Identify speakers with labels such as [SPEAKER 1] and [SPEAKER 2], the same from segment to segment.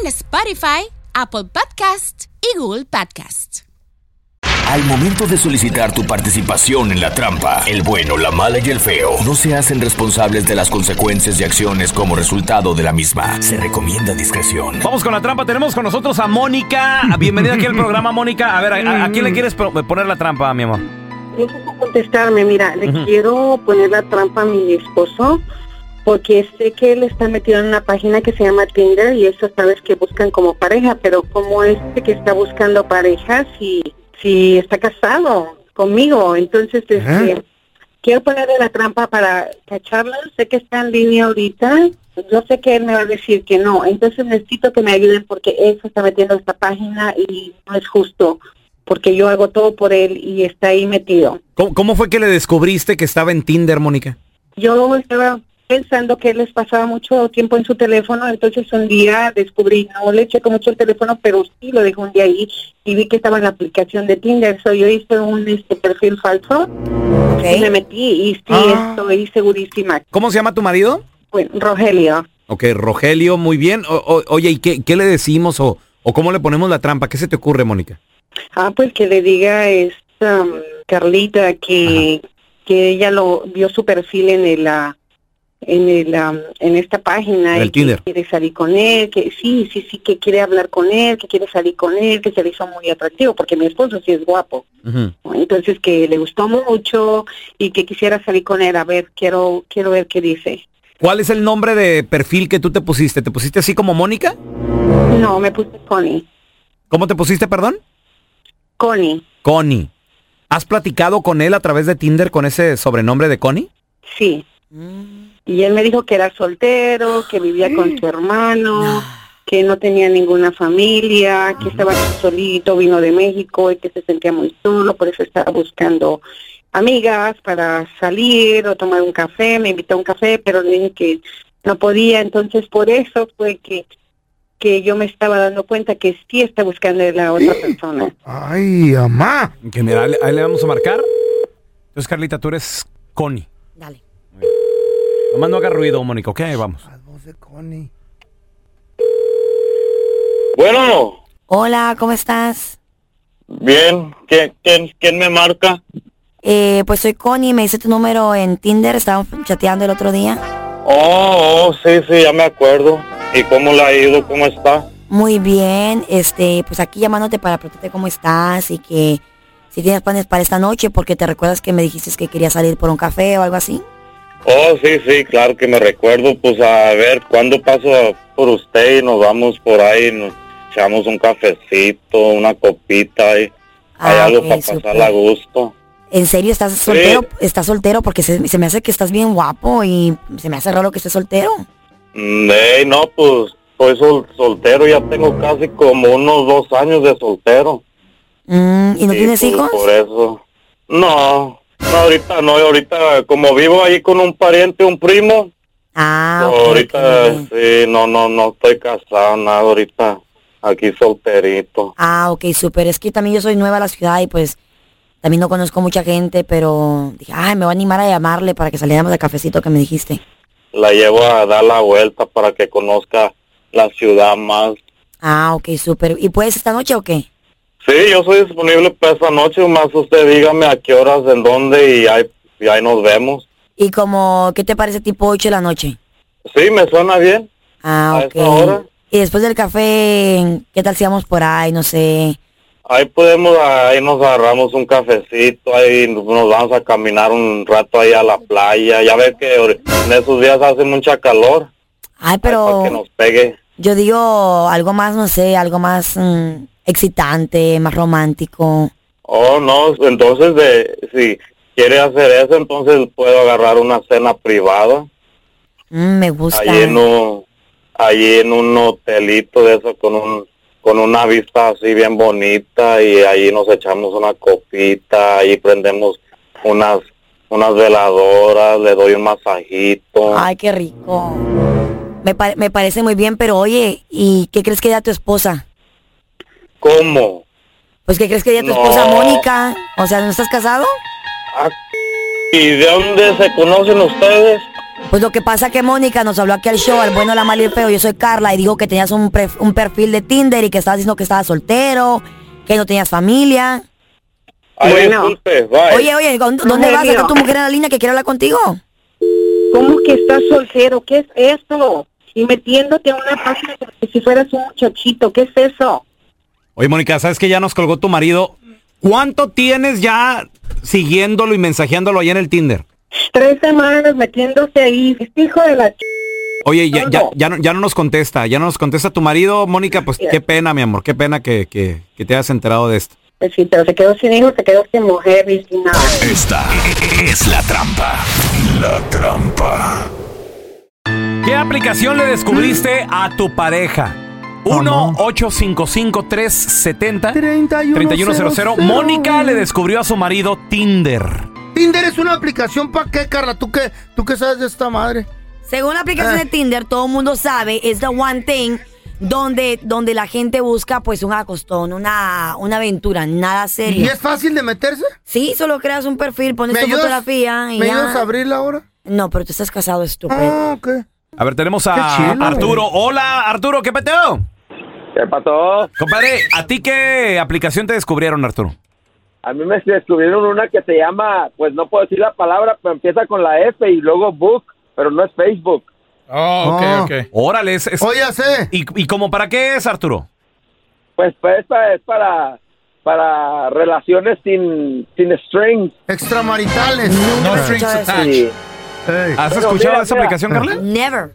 [SPEAKER 1] en Spotify, Apple Podcast y Google Podcast.
[SPEAKER 2] Al momento de solicitar tu participación en la trampa, el bueno, la mala y el feo no se hacen responsables de las consecuencias y acciones como resultado de la misma. Se recomienda discreción.
[SPEAKER 3] Vamos con la trampa. Tenemos con nosotros a Mónica. Bienvenida aquí al programa, Mónica. A ver, ¿a, a- a quién le quieres pro- poner la trampa, mi amor?
[SPEAKER 4] No puedo contestarme, mira, le
[SPEAKER 3] Ujú.
[SPEAKER 4] quiero poner la trampa a mi esposo porque sé que él está metido en una página que se llama Tinder y eso sabes que buscan como pareja, pero como este que está buscando pareja si, si está casado conmigo? Entonces, este, quiero ponerle la trampa para cacharla, sé que está en línea ahorita, yo sé que él me va a decir que no, entonces necesito que me ayuden porque él se está metiendo en esta página y no es justo porque yo hago todo por él y está ahí metido.
[SPEAKER 3] ¿Cómo, cómo fue que le descubriste que estaba en Tinder, Mónica?
[SPEAKER 4] Yo estaba pensando que él les pasaba mucho tiempo en su teléfono, entonces un día descubrí, no le checo mucho el teléfono, pero sí lo dejó un día ahí y vi que estaba en la aplicación de Tinder. So, yo hice un este, perfil falso y me metí y sí,
[SPEAKER 3] Ah.
[SPEAKER 4] estoy segurísima.
[SPEAKER 3] ¿Cómo se llama tu marido?
[SPEAKER 4] Bueno, Rogelio,
[SPEAKER 3] Ok, Rogelio, muy bien. O- o- oye, ¿y qué, qué le decimos o, o cómo le ponemos la trampa? ¿Qué se te ocurre, Mónica?
[SPEAKER 4] ah, pues que le diga a esta um, Carlita que, que ella lo vio su perfil en el... ah, en el ah, en esta página
[SPEAKER 3] En el
[SPEAKER 4] y que-
[SPEAKER 3] Tinder.
[SPEAKER 4] quiere salir con él, que sí, sí, sí, que quiere hablar con él, que quiere salir con él, que se le hizo muy atractivo, porque mi esposo sí es guapo.
[SPEAKER 3] Ujú.
[SPEAKER 4] Entonces que le gustó mucho y que quisiera salir con él. A ver, quiero quiero ver qué dice.
[SPEAKER 3] ¿Cuál es el nombre de perfil que tú te pusiste? ¿Te pusiste así como Mónica?
[SPEAKER 4] No, me puse Connie.
[SPEAKER 3] ¿Cómo te pusiste, perdón?
[SPEAKER 4] Connie,
[SPEAKER 3] Connie. ¿Has platicado con él a través de Tinder con ese sobrenombre de Connie?
[SPEAKER 4] sí. Y él me dijo que era soltero, que vivía con su hermano, que no tenía ninguna familia, que estaba solito, vino de México y que se sentía muy solo, por eso estaba buscando amigas para salir o tomar un café, me invitó a un café, pero le dije que no podía, entonces por eso fue que, que yo me estaba dando cuenta que sí está buscando a la otra persona.
[SPEAKER 5] Ay, mamá.
[SPEAKER 3] Que mira, ahí le- ahí le vamos a marcar. Entonces, Carlita, tú eres Connie.
[SPEAKER 1] Dale.
[SPEAKER 3] Nomás no haga ruido, Mónica, ok, ahí vamos.
[SPEAKER 5] Las voz de Connie.
[SPEAKER 6] Bueno,
[SPEAKER 7] Hola, ¿cómo estás?
[SPEAKER 6] bien. ¿Quién, quién, quién me marca?
[SPEAKER 7] Eh, pues soy Connie, me hice tu número en Tinder, estábamos chateando el otro día.
[SPEAKER 6] Oh, oh, sí, sí, ya me acuerdo. ¿Y cómo le ha ido? ¿Cómo está?
[SPEAKER 7] Muy bien, este, pues aquí llamándote para preguntarte cómo estás y que si tienes planes para esta noche, porque te recuerdas que me dijiste que querías salir por un café o algo así.
[SPEAKER 6] Oh, sí, sí, claro que me recuerdo. Pues a ver, ¿cuándo paso por usted y nos vamos por ahí? Nos echamos un cafecito, una copita y hay
[SPEAKER 7] Ah,
[SPEAKER 6] algo
[SPEAKER 7] ok,
[SPEAKER 6] para pasarla a
[SPEAKER 7] súper.
[SPEAKER 6] gusto.
[SPEAKER 7] ¿En serio estás soltero? ¿Estás soltero? Porque se, se me hace que estás bien guapo y se me hace raro que estés soltero.
[SPEAKER 6] Mm, ey, no, pues soy sol- soltero. Ya tengo casi como unos dos años de soltero.
[SPEAKER 7] Mm, ¿Y no
[SPEAKER 6] Sí,
[SPEAKER 7] tienes
[SPEAKER 6] pues,
[SPEAKER 7] hijos?
[SPEAKER 6] Por eso. No, no, ahorita no, ahorita como vivo ahí con un pariente, un primo,
[SPEAKER 7] Ah, ok, ok,
[SPEAKER 6] ahorita
[SPEAKER 7] muy bien.
[SPEAKER 6] sí, no, no, no estoy casado, nada, ahorita aquí solterito.
[SPEAKER 7] Ah, ok, súper. Es que también yo soy nueva a la ciudad y pues también no conozco mucha gente, pero dije, ay, me voy a animar a llamarle para que saliéramos del cafecito que me dijiste.
[SPEAKER 6] La llevo a dar la vuelta para que conozca la ciudad más.
[SPEAKER 7] Ah, ok, súper. ¿Y puedes esta noche o qué?
[SPEAKER 6] Sí, yo soy disponible para esta noche, más usted dígame a qué horas, en dónde y ahí, y ahí nos vemos.
[SPEAKER 7] ¿Y como, qué te parece tipo 8 de la noche?
[SPEAKER 6] Sí, me suena bien.
[SPEAKER 7] Ah,
[SPEAKER 6] ¿A
[SPEAKER 7] ok.
[SPEAKER 6] esta hora?
[SPEAKER 7] Y después del café, ¿qué tal si vamos por ahí? No sé.
[SPEAKER 6] Ahí podemos, ahí nos agarramos un cafecito, ahí nos vamos a caminar un rato ahí a la playa. Ya ves que ahori- en esos días hace mucha calor.
[SPEAKER 7] Ay,
[SPEAKER 6] Para que
[SPEAKER 7] pero
[SPEAKER 6] nos pegue.
[SPEAKER 7] yo digo algo más, no sé, algo más mm, excitante, más romántico.
[SPEAKER 6] Oh, no, entonces de, si quiere hacer eso, entonces puedo agarrar una cena privada.
[SPEAKER 7] Mm, me gusta.
[SPEAKER 6] Allí en, un, allí en un hotelito de eso con un con una vista así bien bonita y ahí nos echamos una copita, ahí prendemos unas unas veladoras, le doy un masajito.
[SPEAKER 7] Ay, qué rico. Me, pare- me parece muy bien, pero oye, ¿y qué crees que da tu esposa?
[SPEAKER 6] ¿Cómo?
[SPEAKER 7] Pues, ¿qué crees que da tu
[SPEAKER 6] No.
[SPEAKER 7] esposa Mónica? O sea, ¿no estás casado?
[SPEAKER 6] Ah, ¿Y de dónde se conocen ustedes?
[SPEAKER 7] Pues lo que pasa que Mónica nos habló aquí al show, al bueno, la mala y el feo. Yo soy Carla y dijo que tenías un, pref- un perfil de Tinder y que estabas diciendo que estabas soltero, que no tenías familia.
[SPEAKER 6] Ay,
[SPEAKER 4] Bueno.
[SPEAKER 6] disculpe, bye.
[SPEAKER 7] Oye, oye, ¿dó- ¿dónde vas?
[SPEAKER 4] Rogelio.
[SPEAKER 7] Está tu mujer en la línea que quiere hablar contigo.
[SPEAKER 4] ¿Cómo que estás soltero? ¿Qué es eso? Y metiéndote a una página como si fueras un muchachito, ¿qué es eso?
[SPEAKER 3] Oye, Mónica, ¿sabes que ya nos colgó tu marido? ¿Cuánto tienes ya siguiéndolo y mensajeándolo allá en el Tinder?
[SPEAKER 4] Tres semanas metiéndose ahí, este hijo de la ch...
[SPEAKER 3] Oye, ya, ya,
[SPEAKER 4] Todo.
[SPEAKER 3] ya, no, ya no nos contesta, ya no nos contesta tu marido, Mónica, pues qué pena, mi amor, qué pena que, que- que te hayas enterado de esto.
[SPEAKER 4] Pues sí, pero se quedó sin hijo, se quedó sin mujer y sin nada.
[SPEAKER 2] Esta es la trampa. La trampa.
[SPEAKER 3] ¿Qué aplicación le descubriste a tu pareja? 1-855-370-3100.
[SPEAKER 5] 3100.
[SPEAKER 3] Mónica le descubrió a su marido Tinder.
[SPEAKER 5] Tinder es una aplicación para qué, Carla? ¿Tú qué, ¿Tú qué sabes de esta madre?
[SPEAKER 7] Según la aplicación de Tinder, todo el mundo sabe, es the one thing donde, donde la gente busca pues un acostón, una, una aventura, nada
[SPEAKER 5] ¿Y
[SPEAKER 7] serio.
[SPEAKER 5] es fácil de meterse?
[SPEAKER 7] Sí, solo creas un perfil, pones
[SPEAKER 5] ¿Me
[SPEAKER 7] tu
[SPEAKER 5] ayudas,
[SPEAKER 7] fotografía y
[SPEAKER 5] ¿Me
[SPEAKER 7] ya.
[SPEAKER 5] ayudas a abrirla ahora?
[SPEAKER 7] No, pero tú estás casado, estúpido.
[SPEAKER 5] Ah, ok.
[SPEAKER 3] A ver, tenemos
[SPEAKER 5] Qué
[SPEAKER 3] a
[SPEAKER 5] chido,
[SPEAKER 3] Arturo. Hola, Arturo, ¿qué peteo?
[SPEAKER 8] ¿Qué pasó?
[SPEAKER 3] Compadre, ¿a ti qué aplicación te descubrieron, Arturo?
[SPEAKER 8] A mí me descubrieron una que se llama, pues no puedo decir la palabra, pero empieza con la F y luego book, pero no es Facebook.
[SPEAKER 9] Oh, ok,
[SPEAKER 5] No.
[SPEAKER 9] ok.
[SPEAKER 3] Órale, es, es-
[SPEAKER 5] Oye, ya sé.
[SPEAKER 3] ¿y, ¿y como para qué es, Arturo?
[SPEAKER 8] Pues, pues esta es para para relaciones sin sin strings.
[SPEAKER 5] Extramaritales.
[SPEAKER 9] No
[SPEAKER 7] Nunca he
[SPEAKER 9] strings
[SPEAKER 7] escuchado eso.
[SPEAKER 9] attached.
[SPEAKER 8] Y
[SPEAKER 5] Ey.
[SPEAKER 3] ¿Has
[SPEAKER 8] Pero
[SPEAKER 3] escuchado
[SPEAKER 8] mira,
[SPEAKER 3] esa
[SPEAKER 8] mira.
[SPEAKER 3] aplicación, Carla?
[SPEAKER 7] Never.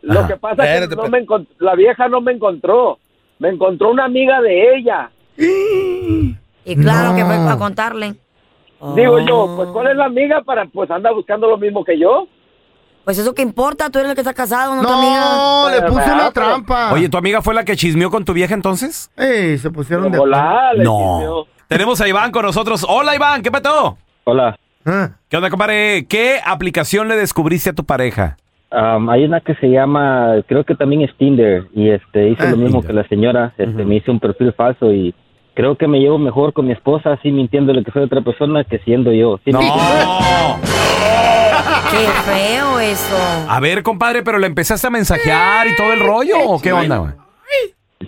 [SPEAKER 8] lo que pasa es
[SPEAKER 9] Espérate,
[SPEAKER 8] que no
[SPEAKER 9] espérate.
[SPEAKER 8] me encon- la vieja no me encontró. Me encontró una amiga de ella.
[SPEAKER 7] Y claro que fue
[SPEAKER 5] No.
[SPEAKER 7] para contarle.
[SPEAKER 8] Digo
[SPEAKER 7] Oh.
[SPEAKER 8] yo, pues ¿cuál es la amiga para pues anda buscando lo mismo que yo?
[SPEAKER 7] Pues eso que importa, tú eres el que está casado, no, tu amiga.
[SPEAKER 5] No, le puse una trampa.
[SPEAKER 3] Oye, ¿tu amiga fue la que chismeó con tu vieja entonces?
[SPEAKER 5] Ey, se pusieron de...
[SPEAKER 8] Hola, le
[SPEAKER 3] No.
[SPEAKER 8] chismeó.
[SPEAKER 3] Tenemos a Iván con nosotros. Hola, Iván, ¿qué peteo?
[SPEAKER 10] Hola,
[SPEAKER 5] Ah,
[SPEAKER 3] ¿Qué onda, compadre? ¿Qué aplicación le descubriste a tu pareja?
[SPEAKER 10] am, hay una que se llama, creo que también es Tinder y este hice
[SPEAKER 5] Ah,
[SPEAKER 10] lo mismo
[SPEAKER 3] Tinder.
[SPEAKER 10] que la señora, este
[SPEAKER 3] Ujú.
[SPEAKER 10] me hice un perfil falso y creo que me llevo mejor con mi esposa así mintiéndole que soy otra persona que siendo yo. Sí,
[SPEAKER 3] No.
[SPEAKER 10] me-
[SPEAKER 7] Qué feo eso.
[SPEAKER 3] A ver, compadre, pero le empezaste a mensajear y todo el rollo, ¿o qué onda, güey?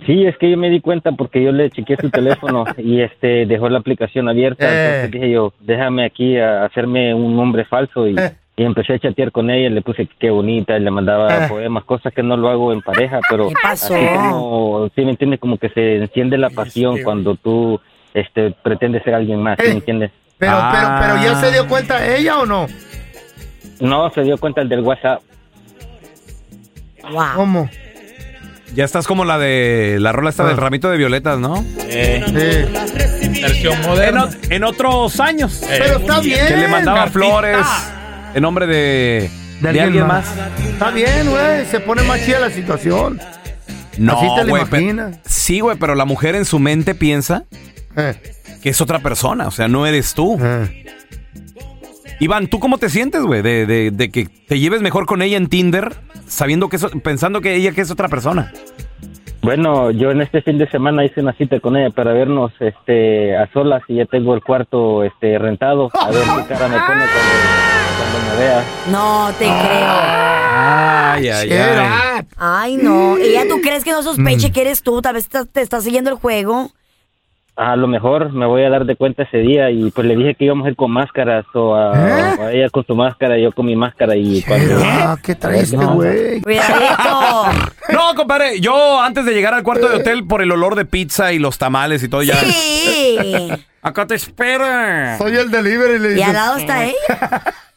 [SPEAKER 10] Sí, es que yo me di cuenta porque yo le chequeé su teléfono y este dejó la aplicación abierta,
[SPEAKER 5] Eh.
[SPEAKER 10] entonces dije yo, déjame aquí a hacerme un nombre falso y,
[SPEAKER 5] Eh.
[SPEAKER 10] y empecé a chatear con ella, le puse que qué bonita, y le mandaba
[SPEAKER 5] Eh.
[SPEAKER 10] poemas, cosas que no lo hago en pareja, pero
[SPEAKER 7] ¿Qué pasó?
[SPEAKER 10] Así como, sí, me entiendes, como que se enciende la pasión cuando tú este, pretendes ser alguien más, ¿sí
[SPEAKER 5] Eh.
[SPEAKER 10] ¿me entiendes?
[SPEAKER 5] pero,
[SPEAKER 3] Ah.
[SPEAKER 5] pero, pero ¿ya se dio cuenta ella o no?
[SPEAKER 10] No, se dio cuenta el del WhatsApp.
[SPEAKER 7] Wow.
[SPEAKER 5] ¿Cómo?
[SPEAKER 3] Ya estás como la de la rola esta del
[SPEAKER 5] Ah.
[SPEAKER 3] ramito de violetas, ¿no?
[SPEAKER 5] Eh.
[SPEAKER 9] Versión moderna.
[SPEAKER 3] otros años.
[SPEAKER 5] Pero está bien.
[SPEAKER 3] Que le mandaba
[SPEAKER 5] Cartita.
[SPEAKER 3] flores en nombre de, de, alguien más.
[SPEAKER 5] Está bien, güey. Se pone más chida la situación. Así te la
[SPEAKER 3] güey, pe-
[SPEAKER 5] imaginas.
[SPEAKER 3] Sí, güey, pero la mujer en su mente piensa
[SPEAKER 5] Eh,
[SPEAKER 3] que es otra persona, o sea, no eres tú.
[SPEAKER 5] eh.
[SPEAKER 3] Iván, ¿tú cómo te sientes, güey? De, de- de que te lleves mejor con ella en Tinder, sabiendo que eso, pensando que ella que es otra persona.
[SPEAKER 10] Bueno, yo en este fin de semana hice una cita con ella para vernos este, a solas y ya tengo el cuarto este, rentado. A ver qué cara me pone cuando, cuando me vea.
[SPEAKER 7] No te creo.
[SPEAKER 3] Ay, ay, ay.
[SPEAKER 5] Era. Mm.
[SPEAKER 7] Ay, no. ¿Y ya tú crees que no sospeche que eres tú? Tal vez te, te está siguiendo el juego.
[SPEAKER 6] a lo mejor me voy a dar de cuenta ese día y pues le dije que íbamos a ir con máscaras o a, o a ella con su máscara y yo con mi máscara y cuando...
[SPEAKER 5] Ah, ¿Qué traes,
[SPEAKER 6] No.
[SPEAKER 5] güey?
[SPEAKER 3] No, compadre, yo antes de llegar al cuarto
[SPEAKER 5] Eh.
[SPEAKER 3] de hotel por el olor de pizza y los tamales y todo ya.
[SPEAKER 7] Sí.
[SPEAKER 3] Acá te espera.
[SPEAKER 5] Soy el delivery, le
[SPEAKER 7] Y
[SPEAKER 5] dices.
[SPEAKER 7] al lado está ella.